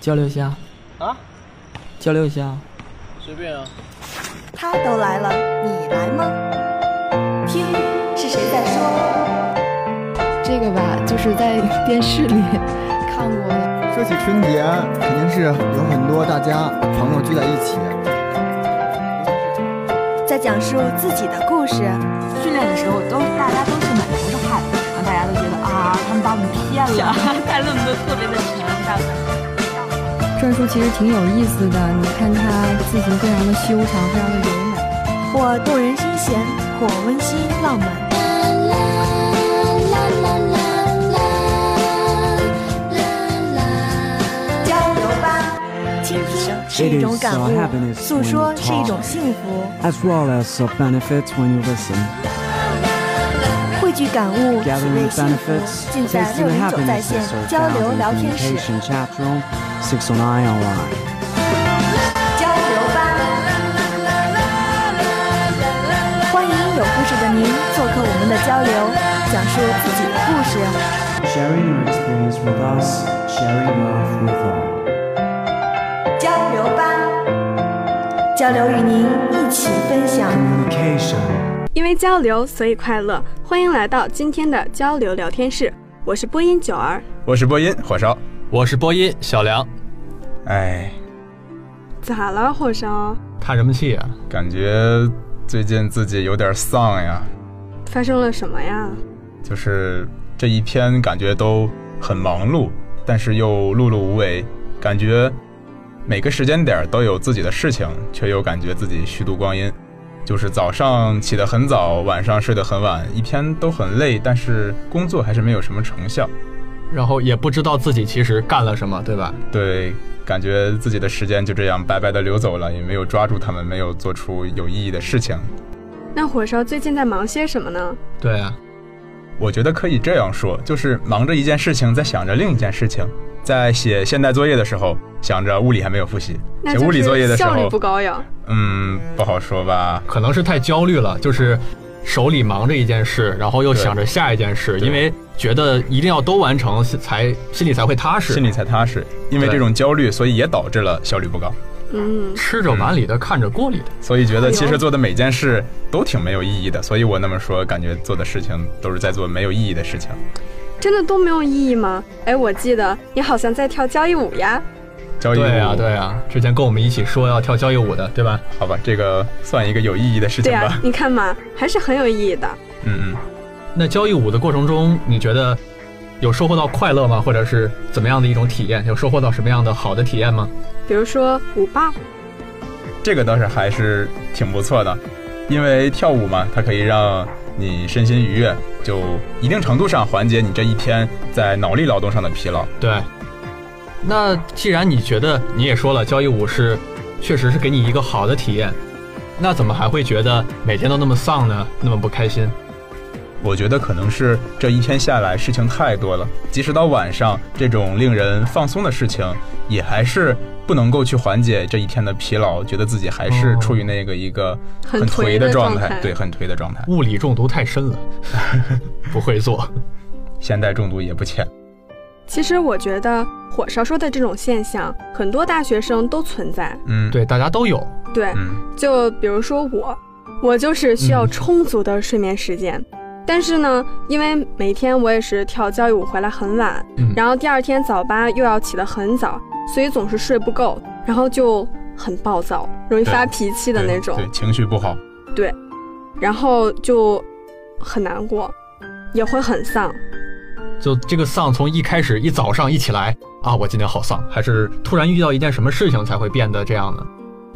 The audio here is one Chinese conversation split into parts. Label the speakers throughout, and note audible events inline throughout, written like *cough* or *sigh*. Speaker 1: 交流一下，
Speaker 2: 啊，
Speaker 1: 交流一下。
Speaker 2: 随便啊。
Speaker 3: 他都来了，你来吗？听是谁在说？
Speaker 4: 这个吧，就是在电视里看过的。
Speaker 5: 说起春节，啊肯定是有很多大家朋友聚在一起。
Speaker 3: 在讲述自己的故事。
Speaker 6: 训练的时候都大家都是满头是汗，然后大家都觉得啊，他们把我们骗了，带论文特别的沉，大
Speaker 4: 篆书其实挺有意思的，你看它字形非常的修长，非常的柔美。
Speaker 3: 或动人心弦，或温馨浪漫。交流吧，倾听是一种感悟
Speaker 7: It is a happiness when you，
Speaker 3: 诉说是一种幸福，
Speaker 7: as well as the benefits when you listen.
Speaker 3: 汇聚感悟，体
Speaker 7: Gathering
Speaker 3: 味
Speaker 7: the
Speaker 3: 幸福，
Speaker 7: benefits,
Speaker 3: 尽
Speaker 7: tasting
Speaker 3: 在六
Speaker 7: the
Speaker 3: 零九在
Speaker 7: happiness
Speaker 3: 线
Speaker 7: is so
Speaker 3: 交
Speaker 7: found
Speaker 3: 流
Speaker 7: in
Speaker 3: 聊天室，
Speaker 7: communication chat room 609 online.
Speaker 3: 交流吧。欢迎有故事的您做客我们的交流，讲述自己的故事。
Speaker 7: Sharing your experience with us, sharing love with all.
Speaker 3: 交流吧，交流与您一起分享。
Speaker 7: Communication.
Speaker 8: 因为交流，所以快乐。欢迎来到今天的交流聊天室，我是播音九儿。
Speaker 9: 我是播音火烧，
Speaker 2: 我是播音小梁，
Speaker 9: 哎，
Speaker 8: 咋了，火烧？
Speaker 2: 叹什么气啊？
Speaker 9: 感觉最近自己有点丧呀，
Speaker 8: 发生了什么呀？
Speaker 9: 就是这一篇感觉都很忙碌，但是又碌碌无为，感觉每个时间点儿都有自己的事情，却又感觉自己虚度光阴。就是早上起得很早，晚上睡得很晚，一天都很累，但是工作还是没有什么成效。
Speaker 2: 然后也不知道自己其实干了什么，对吧？
Speaker 9: 对，感觉自己的时间就这样白白的流走了，也没有抓住他们，没有做出有意义的事情。
Speaker 8: 那火烧最近在忙些什么呢？
Speaker 2: 对啊，
Speaker 9: 我觉得可以这样说，就是忙着一件事情，在想着另一件事情，在写现代作业的时候，想着物理还没有复习；
Speaker 8: 那
Speaker 9: 写
Speaker 8: 就
Speaker 9: 物理作业的时
Speaker 8: 是效率
Speaker 9: 候
Speaker 8: 不，高呀。
Speaker 9: 嗯，不好说吧。
Speaker 2: 可能是太焦虑了，就是手里忙着一件事，然后又
Speaker 9: 对
Speaker 2: 想着下一件事，
Speaker 9: 对
Speaker 2: 因为觉得一定要都完成才心里才会踏实。
Speaker 9: 心里才踏实，因为
Speaker 2: 对
Speaker 9: 这种焦虑，所以也导致了效率不高，
Speaker 8: 嗯，
Speaker 2: 吃着碗里的，看着锅里的。
Speaker 9: 所以觉
Speaker 8: 哎
Speaker 9: 得
Speaker 8: 呦
Speaker 9: 其实做的每件事都挺没有意义的，所以我那么说，感觉做的事情都是在做没有意义的事情。
Speaker 8: 真的都没有意义吗？哎，我记得你好像在跳交谊舞呀。
Speaker 9: 交易
Speaker 2: 对
Speaker 9: 呀、
Speaker 2: 啊，对啊，之前跟我们一起说要跳交谊舞的，对吧？
Speaker 9: 好吧，这个算一个有意义的事
Speaker 8: 对啊
Speaker 9: 情
Speaker 8: 呀、
Speaker 9: 吧。
Speaker 8: 你看嘛，还是很有意义的。
Speaker 9: 嗯嗯。
Speaker 2: 那交谊舞的过程中，你觉得有收获到快乐吗？或者是怎么样的一种体验？有收获到什么样的好的体验吗？
Speaker 8: 比如说舞伴，
Speaker 9: 这个倒是还是挺不错的，因为跳舞嘛，它可以让你身心愉悦，就一定程度上缓解你这一天在脑力劳动上的疲劳。
Speaker 2: 对。那既然你觉得你也说了，交谊舞是确实是给你一个好的体验，那怎么还会觉得每天都那么丧呢？那么不开心？
Speaker 9: 我觉得可能是这一天下来事情太多了，即使到晚上，这种令人放松的事情也还是不能够去缓解这一天的疲劳，觉得自己还是
Speaker 2: 哦
Speaker 9: 处于那个一个
Speaker 8: 很
Speaker 9: 颓
Speaker 8: 颓的
Speaker 9: 状
Speaker 8: 状
Speaker 9: 态，
Speaker 8: 态
Speaker 9: 对，很颓的状态。
Speaker 2: 物理中毒太深了， *laughs* 不会做。
Speaker 9: 现代中毒也不浅，
Speaker 8: 其实我觉得火烧说的这种现象，很多大学生都存在。
Speaker 9: 嗯，，
Speaker 2: 对，大家都有。
Speaker 8: 对，
Speaker 9: 嗯，
Speaker 8: 就比如说我，我就是需要
Speaker 2: 嗯
Speaker 8: 充足的睡眠时间。但是呢，因为每天我也是跳交谊舞回来很晚，
Speaker 2: 嗯
Speaker 8: 然后第二天早八又要起得很早，所以总是睡不够，然后就很暴躁，容易
Speaker 9: 对
Speaker 8: 发脾气的那种
Speaker 9: 对，，对情绪不好，
Speaker 8: 然后就很难过，也会很丧。
Speaker 2: 就这个丧，从一开始一早上一起来啊，我今天好丧，还是突然遇到一件什么事情才会变得这样呢？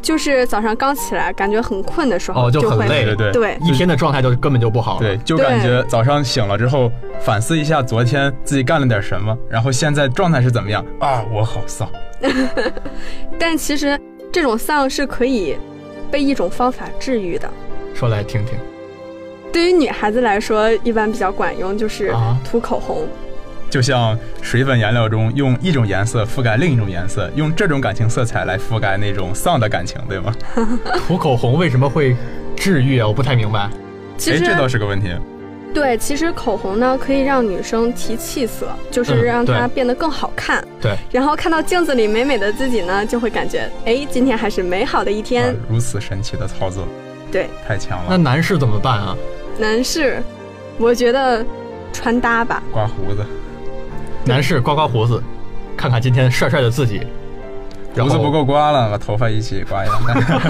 Speaker 8: 就是早上刚起来感觉很困的时候，
Speaker 2: 哦，就很
Speaker 8: 会
Speaker 2: 累，
Speaker 9: 对对
Speaker 8: 对，
Speaker 2: 一天的状态就根本就不好了。
Speaker 9: 对，，就感觉早上醒了之后，反思一下昨天自己干了点什么，然后现在状态是怎么样啊？我好丧，
Speaker 8: 但其实这种丧是可以被一种方法治愈的。
Speaker 2: 说来听听。
Speaker 8: 对于女孩子来说，一般比较管用就是
Speaker 2: 啊
Speaker 8: 涂口红。
Speaker 9: 就像水粉颜料中用一种颜色覆盖另一种颜色，用这种感情色彩来覆盖那种丧的感情，对吗？
Speaker 2: 涂口红为什么会治愈啊？我不太明白。
Speaker 8: 其
Speaker 9: 哎，
Speaker 8: 实
Speaker 9: 这倒是个问题。
Speaker 8: 对，其实口红呢可以让女生提气色，就是
Speaker 2: 嗯
Speaker 8: 让
Speaker 2: 对
Speaker 8: 它变得更好看。
Speaker 2: 对
Speaker 8: 然后看到镜子里美美的自己呢，就会感觉，哎，今天还是美好的一天
Speaker 9: 啊。如此神奇的操作，
Speaker 8: 对，
Speaker 9: 太强
Speaker 2: 那
Speaker 9: 了！
Speaker 2: 男士怎么办啊？
Speaker 8: 男士，我觉得穿搭吧，
Speaker 9: 刮胡子，
Speaker 2: 男士刮刮胡子，看看今天帅帅的自己，然
Speaker 9: 胡
Speaker 2: 后
Speaker 9: 子不够刮了，把头发一起刮一
Speaker 2: *laughs*
Speaker 9: 下。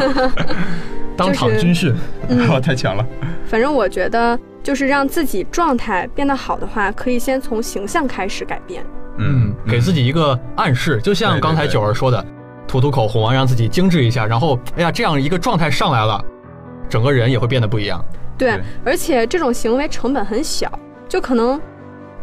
Speaker 9: *laughs*
Speaker 2: 当场
Speaker 8: 就是
Speaker 2: 军训。
Speaker 8: 嗯
Speaker 9: 哇，太强了！
Speaker 8: 反正我觉得就是让自己状态变得好的话，可以先从形象开始改变。
Speaker 2: 嗯，给自己一个暗示，就
Speaker 9: 对
Speaker 2: 像
Speaker 9: 对
Speaker 2: 刚才
Speaker 9: 对
Speaker 2: 九儿说的，涂涂口红啊，让自己精致一下，然后哎呀，这样一个状态上来了，整个人也会变得不一样。
Speaker 8: 对，
Speaker 9: 对
Speaker 8: 而且这种行为成本很小，就可能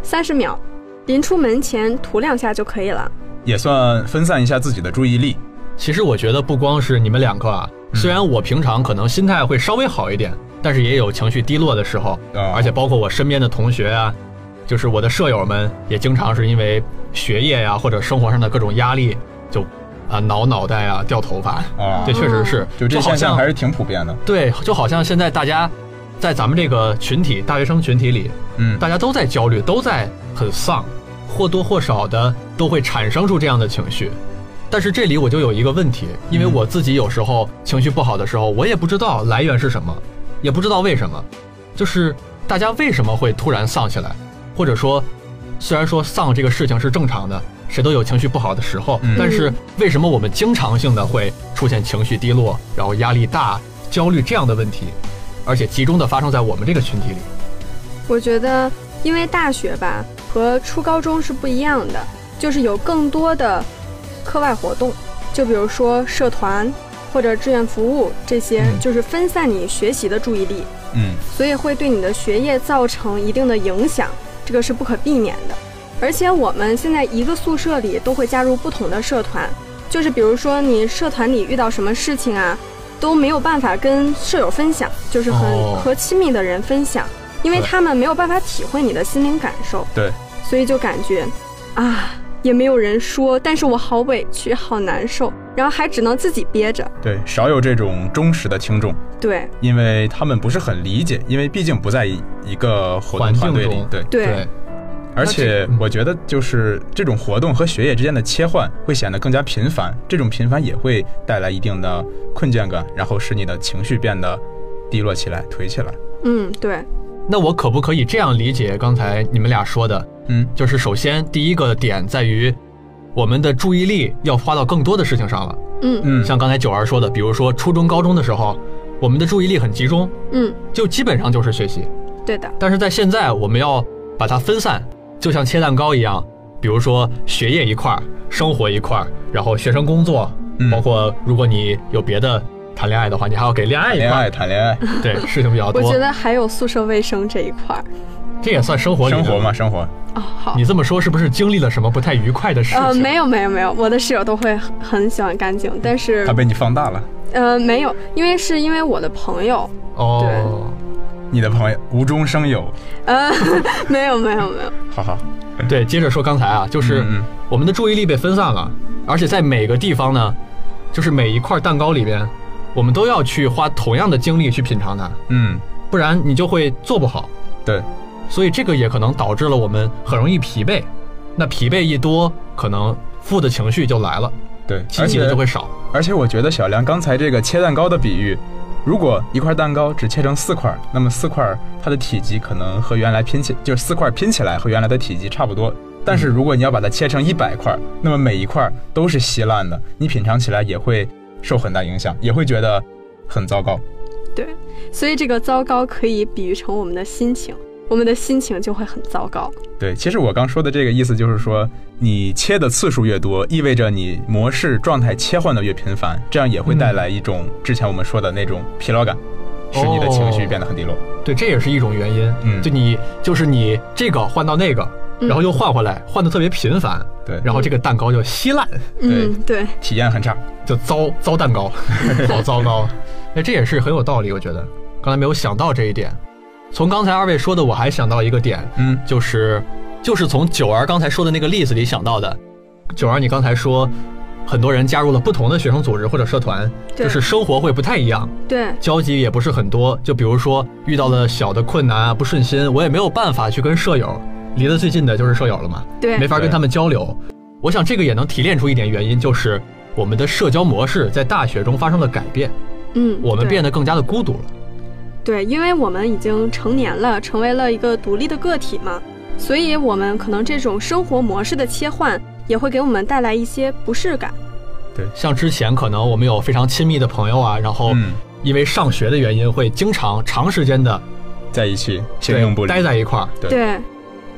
Speaker 8: 三十秒，临出门前涂两下就可以了。
Speaker 9: 也算分散一下自己的注意力。
Speaker 2: 其实我觉得不光是你们两个啊，
Speaker 9: 嗯
Speaker 2: 虽然我平常可能心态会稍微好一点，但是也有情绪低落的时候，
Speaker 9: 啊
Speaker 2: 而且包括我身边的同学啊，就是我的舍友们，也经常是因为学业呀、或者生活上的各种压力，就啊挠脑袋啊、掉头发，
Speaker 9: 啊，
Speaker 2: 这确实是，
Speaker 9: 就这
Speaker 2: 好
Speaker 9: 现象
Speaker 2: 像
Speaker 9: 还是挺普遍的。
Speaker 2: 对，就好像现在大家在咱们这个群体，大学生群体里，
Speaker 9: 嗯，
Speaker 2: 大家都在焦虑，都在很丧，或多或少的都会产生出这样的情绪。但是这里我就有一个问题，因为我自己有时候情绪不好的时候，我也不知道来源是什么，也不知道为什么，就是大家为什么会突然丧起来，或者说，虽然说丧这个事情是正常的，谁都有情绪不好的时候，
Speaker 9: 嗯
Speaker 2: 但是为什么我们经常性的会出现情绪低落，然后压力大、焦虑这样的问题，而且集中的发生在我们这个群体里？
Speaker 8: 我觉得，因为大学吧和初高中是不一样的，就是有更多的课外活动，就比如说社团或者志愿服务这些，
Speaker 9: 嗯
Speaker 8: 就是分散你学习的注意力，
Speaker 9: 嗯，
Speaker 8: 所以会对你的学业造成一定的影响，这个是不可避免的。而且我们现在一个宿舍里都会加入不同的社团，就是比如说你社团里遇到什么事情啊，都没有办法跟舍友分享，就是很
Speaker 2: 哦
Speaker 8: 和亲密的人分享，因为
Speaker 2: 对
Speaker 8: 他们没有办法体会你的心灵感受，
Speaker 9: 对，
Speaker 8: 所以就感觉啊，也没有人说，但是我好委屈，好难受，然后还只能自己憋着，
Speaker 9: 对，少有这种忠实的听众，
Speaker 8: 对
Speaker 9: 因为他们不是很理解，因为毕竟不在一一个活动
Speaker 2: 环境
Speaker 9: 团队里
Speaker 2: 中。
Speaker 9: 对，
Speaker 8: 对
Speaker 9: 而且
Speaker 2: 嗯
Speaker 9: 我觉得就是这种活动和学业之间的切换会显得更加频繁，这种频繁也会带来一定的困倦感，然后使你的情绪变得低落起来、颓起来。
Speaker 8: 嗯对，
Speaker 2: 那我可不可以这样理解刚才你们俩说的？
Speaker 9: 嗯，
Speaker 2: 就是首先第一个点在于，我们的注意力要花到更多的事情上了。
Speaker 8: 嗯
Speaker 9: 嗯
Speaker 2: 像刚才九儿说的，比如说初中、高中的时候，我们的注意力很集中，
Speaker 8: 嗯，
Speaker 2: 就基本上就是学习。
Speaker 8: 对的，
Speaker 2: 但是在现在，我们要把它分散，就像切蛋糕一样，比如说学业一块儿，生活一块儿，然后学生工作，
Speaker 9: 嗯
Speaker 2: 包括如果你有别的谈恋爱的话，你还要给恋爱一
Speaker 9: 恋
Speaker 2: 块
Speaker 9: 爱
Speaker 2: 儿。
Speaker 9: 谈
Speaker 2: *laughs*
Speaker 9: 恋爱，
Speaker 2: 对，事情比较
Speaker 8: 我
Speaker 2: 多，
Speaker 8: 觉得还有宿舍卫生这一块儿。
Speaker 2: 这也算生活里的
Speaker 9: 生活嘛，。生活。
Speaker 8: 哦，好。
Speaker 2: 你这么说是不是经历了什么不太愉快的事情？
Speaker 8: 呃，没有没有没有，我的室友都会很很喜欢干净，但是
Speaker 2: 啊
Speaker 9: 他被你放大了，
Speaker 8: 呃没有，因为是因为我的朋友，
Speaker 2: 哦，
Speaker 9: 你的朋友无中生有，
Speaker 8: 呃 *laughs* 没有没有没有，
Speaker 9: 哈哈，
Speaker 2: 对，接着说刚才啊，就是
Speaker 9: 嗯嗯
Speaker 2: 我们的注意力被分散了，而且在每个地方呢，就是每一块蛋糕里边，我们都要去花同样的精力去品尝它，
Speaker 9: 嗯，
Speaker 2: 不然你就会做不好。
Speaker 9: 对，
Speaker 2: 所以这个也可能导致了我们很容易疲惫，那疲惫一多，可能负的情绪就来了，
Speaker 9: 对，
Speaker 2: 积
Speaker 9: 而
Speaker 2: 极
Speaker 9: 且
Speaker 2: 的就会少。
Speaker 9: 而且我觉得小梁刚才这个切蛋糕的比喻，如果一块蛋糕只切成四块儿，那么四块儿它的体积可能和原来拼起，就是四块儿拼起来和原来的体积差不多。但是如果你要把它切成一百块儿，那么每一块儿都是稀烂的，你品尝起来也会受很大影响，也会觉得很糟糕。
Speaker 8: 对，所以这个糟糕可以比喻成我们的心情，我们的心情就会很糟糕。
Speaker 9: 对，其实我刚说的这个意思就是说，你切的次数越多，意味着你模式状态切换的越频繁，这样也会带来一种之前我们说的那种疲劳感，使你的情绪变得很低落。
Speaker 2: 对，这也是一种原因。
Speaker 9: 嗯
Speaker 2: 就你就是你这个换到那个，
Speaker 8: 嗯
Speaker 2: 然后又换回来，换的特别频繁，
Speaker 9: 对，
Speaker 2: 然后这个蛋糕就稀烂，
Speaker 8: 嗯，对，
Speaker 9: 体验很差。
Speaker 2: 就糟糟蛋糕， *laughs* 好糟糕。哎，这也是很有道理，我觉得刚才没有想到这一点。从刚才二位说的，我还想到一个点，
Speaker 9: 嗯
Speaker 2: 就是就是从九儿刚才说的那个例子里想到的。九儿，你刚才说很多人加入了不同的学生组织或者社团，
Speaker 8: 对
Speaker 2: 就是生活会不太一样，
Speaker 8: 对
Speaker 2: 交集也不是很多。就比如说遇到了小的困难啊、不顺心，我也没有办法去跟舍友，离得最近的就是舍友了嘛，
Speaker 8: 对
Speaker 2: 没法跟他们交流。我想这个也能提炼出一点原因，就是我们的社交模式在大学中发生了改变，
Speaker 8: 嗯，
Speaker 2: 我们
Speaker 8: 对
Speaker 2: 变得更加的孤独了。
Speaker 8: 对，因为我们已经成年了，成为了一个独立的个体嘛，所以我们可能这种生活模式的切换也会给我们带来一些不适感。
Speaker 2: 像之前可能我们有非常亲密的朋友啊，然后
Speaker 9: 嗯
Speaker 2: 因为上学的原因会经常长时间的
Speaker 9: 在一起形影不离，
Speaker 2: 待在一块儿，
Speaker 9: 对
Speaker 8: 对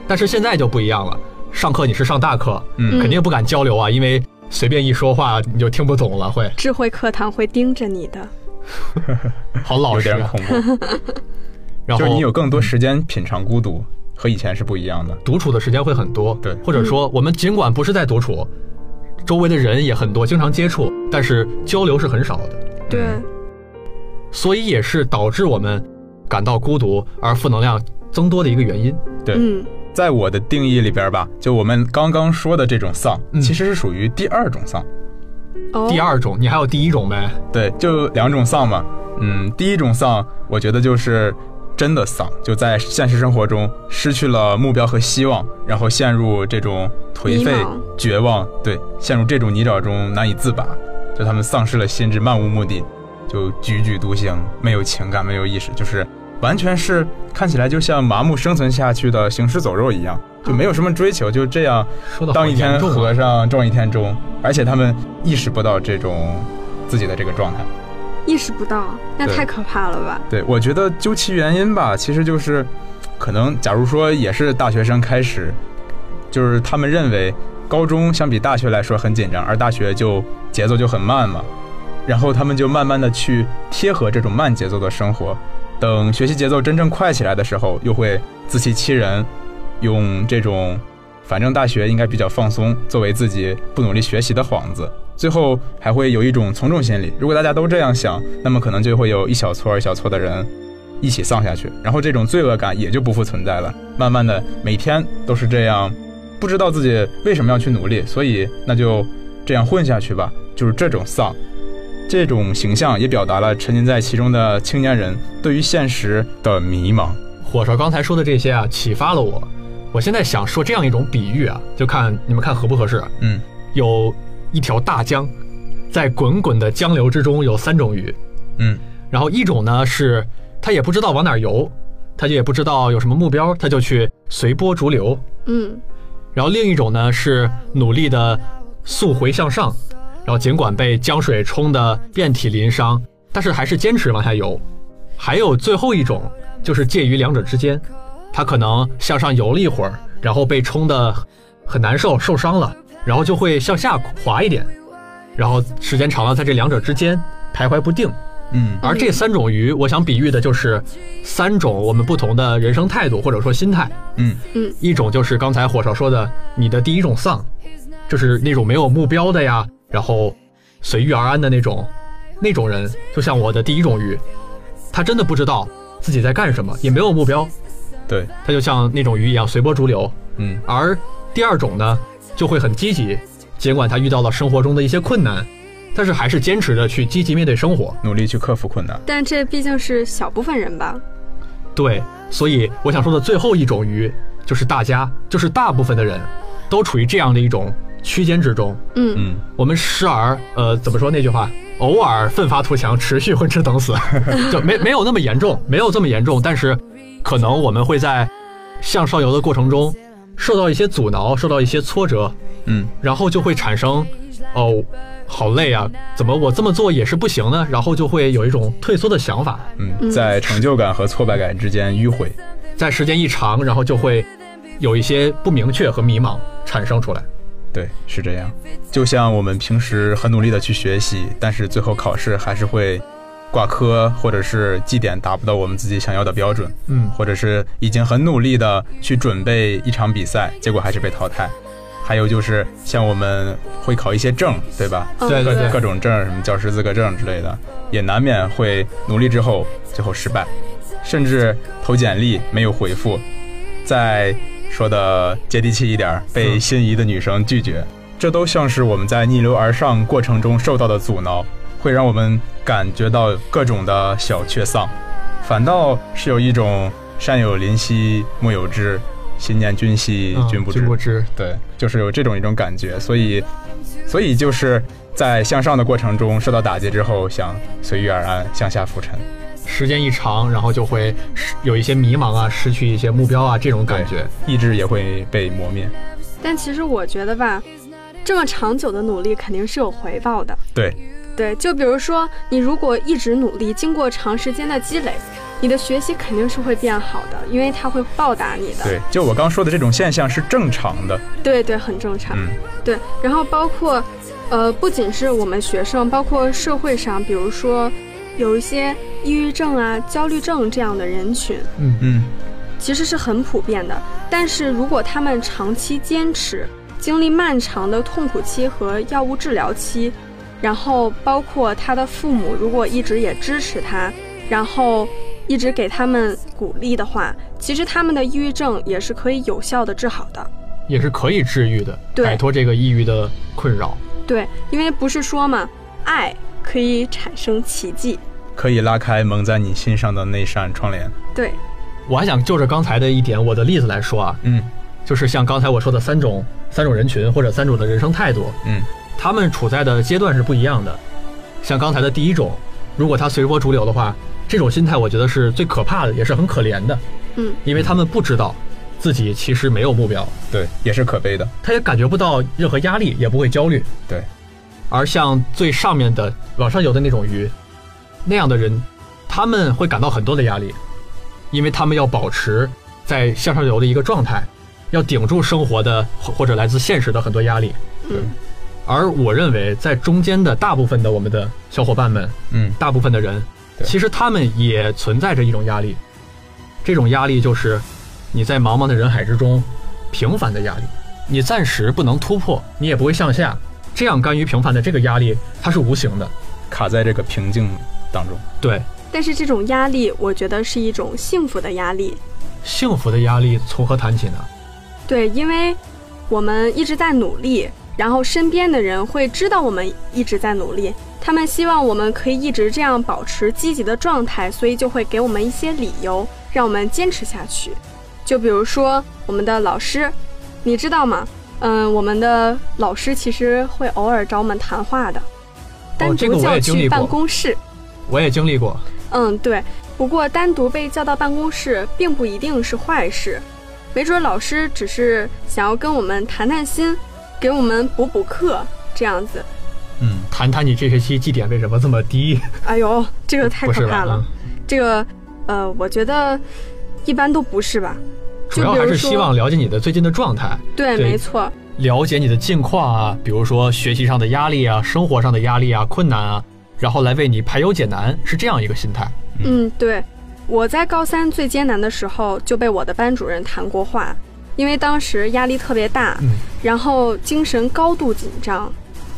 Speaker 2: 但是现在就不一样了，上课你是上大课，
Speaker 9: 嗯
Speaker 2: 肯定不敢交流啊，因为随便一说话你就听不懂了，会
Speaker 8: 智慧课堂会盯着你的。
Speaker 2: 好老
Speaker 9: 有
Speaker 2: 实
Speaker 9: 点
Speaker 2: 啊。
Speaker 9: 恐怖。
Speaker 2: *laughs* 然
Speaker 9: 就
Speaker 2: 后
Speaker 9: 是你有更多时间品尝孤独，和以前是不一样的。
Speaker 2: 独处的时间会很多，
Speaker 9: 对
Speaker 2: 或者说我们尽管不是在独处，周围的人也很多，经常接触，但是交流是很少的。
Speaker 8: 对，
Speaker 2: 所以也是导致我们感到孤独而负能量增多的一个原因。
Speaker 9: 对
Speaker 8: 嗯，
Speaker 9: 在我的定义里边吧，就我们刚刚说的这种丧，
Speaker 2: 嗯
Speaker 9: 其实是属于第二种丧。
Speaker 8: 哦，
Speaker 2: 第二种，你还有第一种呗？
Speaker 9: 对，就两种丧嘛。嗯，第一种丧，我觉得就是真的丧，就在现实生活中失去了目标和希望，然后陷入这种颓废
Speaker 8: 迷茫、
Speaker 9: 绝望，对，陷入这种泥沼中难以自拔。就他们丧失了心智，漫无目的，就踽踽独行，没有情感，没有意识，就是完全是看起来就像麻木生存下去的行尸走肉一样，
Speaker 8: 啊
Speaker 9: 就没有什么追求，就这样
Speaker 2: 说的
Speaker 9: 当一天和
Speaker 2: 合
Speaker 9: 尚撞一天钟，而且他们意识不到这种自己的这个状态。
Speaker 8: 意识不到，那
Speaker 9: 对
Speaker 8: 太可怕了吧？
Speaker 9: 对，我觉得究其原因吧，其实就是，可能假如说也是大学生开始，就是他们认为高中相比大学来说很紧张，而大学就节奏就很慢嘛，然后他们就慢慢的去贴合这种慢节奏的生活，等学习节奏真正快起来的时候，又会自欺欺人，用这种反正大学应该比较放松作为自己不努力学习的幌子。最后还会有一种从众心理。如果大家都这样想，那么可能就会有一小撮儿一小撮的人一起丧下去，然后这种罪恶感也就不复存在了。慢慢的，每天都是这样，不知道自己为什么要去努力，所以那就这样混下去吧。就是这种丧，这种形象也表达了沉浸在其中的青年人对于现实的迷茫。
Speaker 2: 火烧刚才说的这些啊，启发了我。我现在想说这样一种比喻啊，就看你们看合不合适。啊
Speaker 9: 嗯，
Speaker 2: 有一条大江，在滚滚的江流之中有三种鱼，
Speaker 9: 嗯，
Speaker 2: 然后一种呢是它也不知道往哪儿游，它就也不知道有什么目标，它就去随波逐流。
Speaker 8: 嗯，
Speaker 2: 然后另一种呢是努力的溯回向上，然后尽管被江水冲得遍体鳞伤，但是还是坚持往下游。还有最后一种就是介于两者之间，他可能向上游了一会儿，然后被冲得很难受，受伤了，然后就会向下滑一点，然后时间长了在这两者之间徘徊不定。
Speaker 9: 嗯
Speaker 2: 而这三种鱼，我想比喻的就是三种我们不同的人生态度或者说心态。
Speaker 9: 嗯
Speaker 2: 一种就是刚才火烧说的，你的第一种丧，就是那种没有目标的呀，然后随遇而安的那种，那种人就像我的第一种鱼，他真的不知道自己在干什么，也没有目标，
Speaker 9: 对，
Speaker 2: 他就像那种鱼一样随波逐流。
Speaker 9: 嗯
Speaker 2: 而第二种呢，就会很积极，尽管他遇到了生活中的一些困难，但是还是坚持着去积极面对生活。
Speaker 9: 努力去克服困难。
Speaker 8: 但这毕竟是小部分人吧？
Speaker 2: 对，所以我想说的最后一种鱼，就是大家，就是大部分的人，都处于这样的一种区间之中。
Speaker 8: 嗯，
Speaker 9: 嗯，
Speaker 2: 我们时而，呃，怎么说那句话？偶尔奋发图强，持续混吃等死， *laughs* 就没没有那么严重，没有这么严重。但是，可能我们会在向上游的过程中，受到一些阻挠，受到一些挫折，
Speaker 9: 嗯，
Speaker 2: 然后就会产生，哦，好累啊，怎么我这么做也是不行呢？然后就会有一种退缩的想法。
Speaker 9: 嗯，在成就感和挫败感之间迂回。
Speaker 2: 在时间一长，然后就会有一些不明确和迷茫产生出来。
Speaker 9: 对，是这样。就像我们平时很努力的去学习，但是最后考试还是会挂科，或者是绩点达不到我们自己想要的标准，
Speaker 2: 嗯，
Speaker 9: 或者是已经很努力的去准备一场比赛，结果还是被淘汰。还有就是像我们会考一些证，对吧？
Speaker 8: 嗯
Speaker 2: 对对对
Speaker 9: 各种证，什么教师资格证之类的，也难免会努力之后最后失败，甚至投简历没有回复，再说的接地气一点儿，被心仪的女生拒绝，这都像是我们在逆流而上过程中受到的阻挠，会让我们感觉到各种的小确丧，反倒是有一种山有临溪木有枝，心念君兮
Speaker 2: 嗯
Speaker 9: 君不知。
Speaker 2: 君不知，
Speaker 9: 对，就是有这种一种感觉，所以，所以就是在向上的过程中受到打击之后，想随遇而安，向下浮沉。
Speaker 2: 时间一长，然后就会失有一些迷茫啊，失去一些目标啊这种感觉。
Speaker 9: 意志也会被磨灭。
Speaker 8: 但其实我觉得吧，这么长久的努力肯定是有回报的。
Speaker 9: 对，
Speaker 8: 对，就比如说你如果一直努力，经过长时间的积累，你的学习肯定是会变好的，因为它会报答你的。
Speaker 9: 对，就我刚说的这种现象是正常的。
Speaker 8: 对对，很正常。
Speaker 9: 嗯，
Speaker 8: 对，然后包括，呃，不仅是我们学生，包括社会上，比如说有一些抑郁症啊、焦虑症这样的人群，
Speaker 2: 嗯，
Speaker 9: 嗯，
Speaker 8: 其实是很普遍的。但是如果他们长期坚持，经历漫长的痛苦期和药物治疗期，然后包括他的父母如果一直也支持他，然后一直给他们鼓励的话，其实他们的抑郁症也是可以有效的治好的。
Speaker 2: 也是可以治愈的，
Speaker 8: 对
Speaker 2: 摆脱这个抑郁的困扰。
Speaker 8: 对，因为不是说嘛，爱可以产生奇迹。
Speaker 9: 可以拉开蒙在你心上的那扇窗帘。
Speaker 8: 对，
Speaker 2: 我还想就着刚才的一点，我的例子来说啊，
Speaker 9: 嗯
Speaker 2: 就是像刚才我说的三种三种人群或者三种的人生态度，
Speaker 9: 嗯
Speaker 2: 他们处在的阶段是不一样的。像刚才的第一种，如果他随波逐流的话，这种心态我觉得是最可怕的，也是很可怜的。
Speaker 8: 嗯，
Speaker 2: 因为他们不知道自己其实没有目标，
Speaker 9: 对，也是可悲的。
Speaker 2: 他也感觉不到任何压力，也不会焦虑。
Speaker 9: 对，
Speaker 2: 而像最上面的往上游的那种鱼，那样的人，他们会感到很多的压力，因为他们要保持在向上游的一个状态，要顶住生活的或或者来自现实的很多压力。
Speaker 8: 嗯，
Speaker 2: 而我认为，在中间的大部分的我们的小伙伴们，
Speaker 9: 嗯
Speaker 2: 大部分的人，
Speaker 9: 对
Speaker 2: 其实他们也存在着一种压力，这种压力就是你在茫茫的人海之中平凡的压力，你暂时不能突破，你也不会向下，这样甘于平凡的这个压力，它是无形的。
Speaker 9: 卡在这个瓶颈当中。
Speaker 2: 对，
Speaker 8: 但是这种压力，我觉得是一种幸福的压力。
Speaker 2: 幸福的压力从何谈起呢？
Speaker 8: 对，因为我们一直在努力，然后身边的人会知道我们一直在努力，他们希望我们可以一直这样保持积极的状态，所以就会给我们一些理由，让我们坚持下去。就比如说我们的老师，你知道吗？嗯，我们的老师其实会偶尔找我们谈话的，单
Speaker 2: 哦这个
Speaker 8: 独
Speaker 2: 我
Speaker 8: 叫
Speaker 2: 也经历
Speaker 8: 去
Speaker 2: 过
Speaker 8: 办公室。
Speaker 2: 我也经历过，
Speaker 8: 嗯，对。不过单独被叫到办公室，并不一定是坏事，没准老师只是想要跟我们谈谈心，给我们补补课，这样子。
Speaker 2: 嗯，谈谈你这学期绩点为什么这么低？
Speaker 8: 哎呦，这个太
Speaker 2: 不是
Speaker 8: 可
Speaker 2: 吧？
Speaker 8: 怕了
Speaker 2: 嗯。
Speaker 8: 这个，呃，我觉得一般都不是吧？
Speaker 2: 嗯主
Speaker 8: 就
Speaker 2: 要
Speaker 8: 比
Speaker 2: 还
Speaker 8: 如
Speaker 2: 是希望
Speaker 8: 说，
Speaker 2: 了解你的最近的状态，
Speaker 8: 对，
Speaker 2: 对
Speaker 8: 没错，
Speaker 2: 了解你的近况啊，比如说学习上的压力啊、生活上的压力啊、困难啊，然后来为你排忧解难，是这样一个心态。
Speaker 8: 嗯，对。我在高三最艰难的时候就被我的班主任谈过话，因为当时压力特别大，
Speaker 2: 嗯
Speaker 8: 然后精神高度紧张，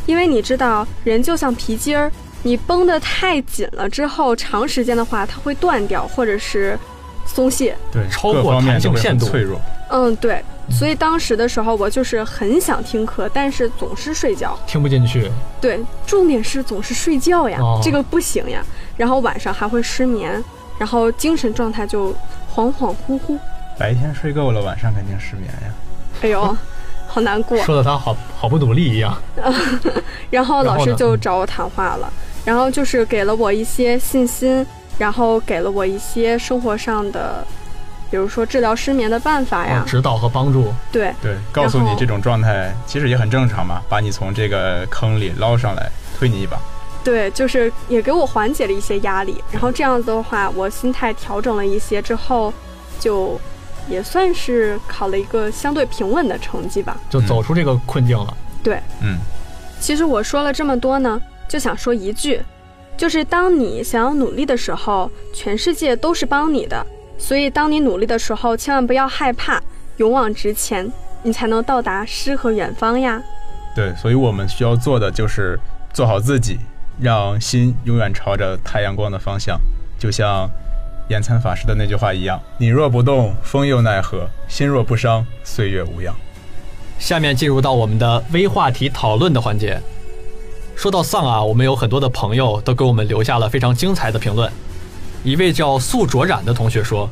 Speaker 8: 因为你知道人就像皮筋儿，你绷得太紧了之后，长时间的话它会断掉或者是松懈。
Speaker 9: 对，
Speaker 2: 超
Speaker 9: 各
Speaker 2: 过
Speaker 9: 方面
Speaker 2: 弹性
Speaker 9: 都是
Speaker 2: 限
Speaker 9: 很
Speaker 2: 度
Speaker 9: 脆弱。
Speaker 8: 嗯，对，所以当时的时候我就是很想听课，但是总是睡觉。
Speaker 2: 听不进去，
Speaker 8: 对，重点是总是睡觉呀，
Speaker 2: 哦
Speaker 8: 这个不行呀。然后晚上还会失眠，然后精神状态就恍恍惚惚。
Speaker 9: 白天睡够了，晚上肯定失眠呀。
Speaker 8: 哎呦，好难过。
Speaker 2: 说的他好好不努力一样。
Speaker 8: 然后
Speaker 2: 然
Speaker 8: 老
Speaker 2: 后
Speaker 8: 师
Speaker 2: 呢
Speaker 8: 就找我谈话了，然后就是给了我一些信心，然后给了我一些生活上的，比如说治疗失眠的办法哎呀，
Speaker 2: 指导和帮助，
Speaker 8: 对
Speaker 9: 对，告诉
Speaker 8: 然
Speaker 9: 你
Speaker 8: 后
Speaker 9: 这种状态其实也很正常嘛，把你从这个坑里捞上来，推你一把。
Speaker 8: 对，就是也给我缓解了一些压力。然后这样子的话，我心态调整了一些之后，就也算是考了一个相对平稳的成绩吧。
Speaker 2: 就走出这个困境了。
Speaker 9: 嗯，
Speaker 8: 其实我说了这么多呢，就想说一句，就是当你想要努力的时候，全世界都是帮你的。所以，当你努力的时候，千万不要害怕，勇往直前，你才能到达诗和远方呀。
Speaker 9: 对，所以我们需要做的就是做好自己，让心永远朝着太阳光的方向。就像延参法师的那句话一样：“你若不动，风又奈何；心若不伤，岁月无恙。”
Speaker 2: 下面进入到我们的微话题讨论的环节。说到丧啊，我们有很多的朋友都给我们留下了非常精彩的评论。一位叫素卓染的同学说：“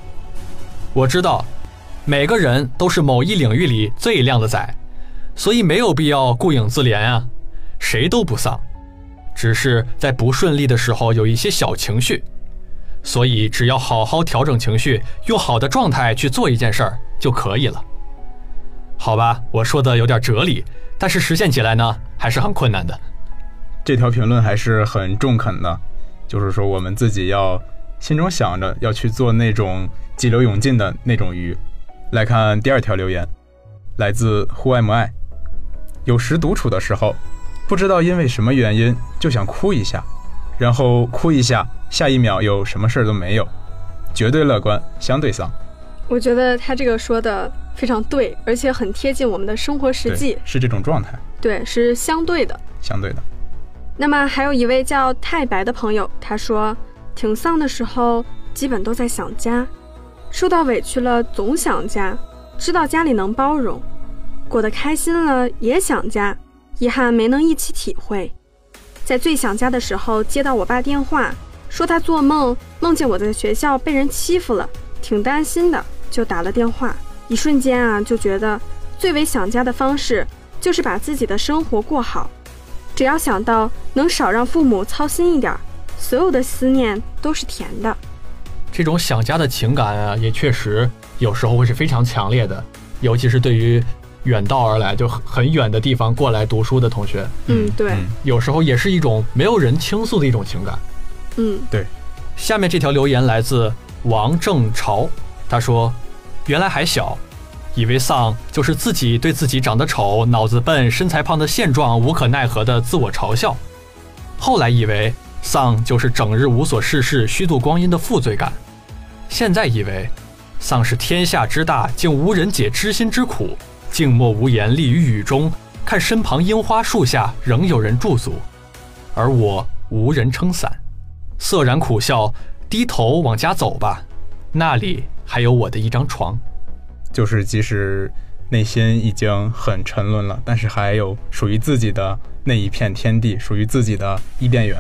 Speaker 2: 我知道，每个人都是某一领域里最靓的仔，所以没有必要顾影自怜啊。谁都不丧，只是在不顺利的时候有一些小情绪，所以只要好好调整情绪，用好的状态去做一件事儿就可以了。”好吧，我说的有点哲理，但是实现起来呢，还是很困难的。
Speaker 9: 这条评论还是很中肯的，就是说我们自己要心中想着要去做那种急流勇进的那种鱼。来看第二条留言，来自户外母爱，有时独处的时候，不知道因为什么原因就想哭一下，然后哭一下，下一秒又什么事儿都没有，绝对乐观，相对丧，
Speaker 8: 我觉得他这个说的非常对，而且很贴近我们的生活实
Speaker 9: 对
Speaker 8: 际，
Speaker 9: 是这种状态，
Speaker 8: 对，是相对的。
Speaker 9: 相对的。
Speaker 8: 那么还有一位叫太白的朋友，他说，挺丧的时候基本都在想家，受到委屈了总想家，知道家里能包容，过得开心了也想家，遗憾没能一起体会。在最想家的时候，接到我爸电话，说他做梦梦见我在学校被人欺负了，挺担心的，就打了电话。一瞬间啊，就觉得最为想家的方式就是把自己的生活过好。只要想到能少让父母操心一点儿，所有的思念都是甜的。
Speaker 2: 这种想家的情感啊，也确实有时候会是非常强烈的，尤其是对于远道而来就很很远的地方过来读书的同学，
Speaker 8: 嗯，对，
Speaker 9: 嗯
Speaker 2: 有时候也是一种没有人倾诉的一种情感。
Speaker 8: 嗯，
Speaker 2: 下面这条留言来自王正朝，他说：“原来还小，以为丧就是自己对自己长得丑、脑子笨、身材胖的现状无可奈何的自我嘲笑，后来以为丧就是整日无所事事、虚度光阴的负罪感，现在以为丧是天下之大，竟无人解知心之苦，静默无言，立于雨中，看身旁樱花树下仍有人驻足，而我无人撑伞。”涩然苦笑，低头往家走吧，那里还有我的一张床。
Speaker 9: 就是即使内心已经很沉沦了，但是还有属于自己的那一片天地，属于自己的伊甸园。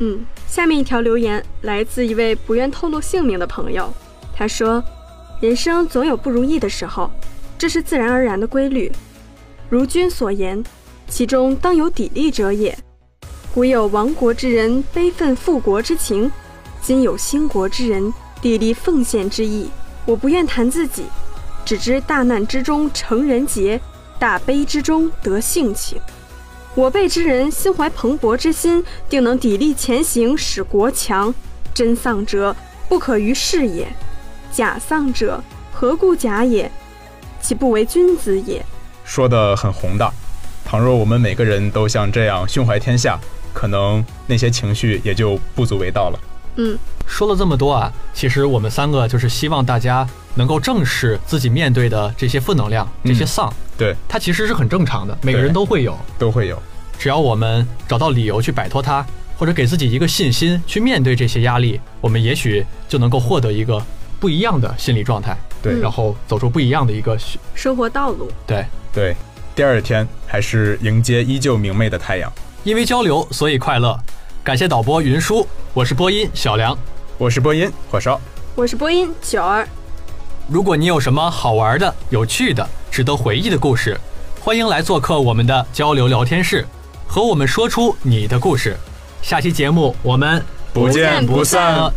Speaker 8: 嗯，下面一条留言来自一位不愿透露姓名的朋友，他说：“人生总有不如意的时候，这是自然而然的规律。如君所言，其中当有砥砺者也。古有亡国之人悲愤复国之情，今有兴国之人砥砺奉献之意。我不愿谈自己，只知大难之中成人杰，大悲之中得性情。”我辈之人心怀蓬勃之心，定能砥砺前行，使国强。真丧者，不可于世也；假丧者，何故假也？其不为君子也。
Speaker 9: 说的很宏大。倘若我们每个人都像这样胸怀天下，可能那些情绪也就不足为道了。
Speaker 2: 说了这么多啊，其实我们三个就是希望大家能够正视自己面对的这些负能量、这些丧，
Speaker 9: 嗯对，
Speaker 2: 它其实是很正常的，每个
Speaker 9: 对
Speaker 2: 人都会有。
Speaker 9: 都会有。
Speaker 2: 只要我们找到理由去摆脱它，或者给自己一个信心去面对这些压力，我们也许就能够获得一个不一样的心理状态，
Speaker 9: 对
Speaker 2: 然后走出不一样的一个选
Speaker 8: 生活道路，
Speaker 2: 对。
Speaker 9: 对，第二天还是迎接依旧明媚的太阳。
Speaker 2: 因为交流，所以快乐。感谢导播云舒，我是播音小梁。
Speaker 9: 我是播音火烧，
Speaker 8: 我是播音九儿，
Speaker 2: 如果你有什么好玩的、有趣的、值得回忆的故事，欢迎来做客我们的交流聊天室，和我们说出你的故事。下期节目我们
Speaker 9: 不见不散。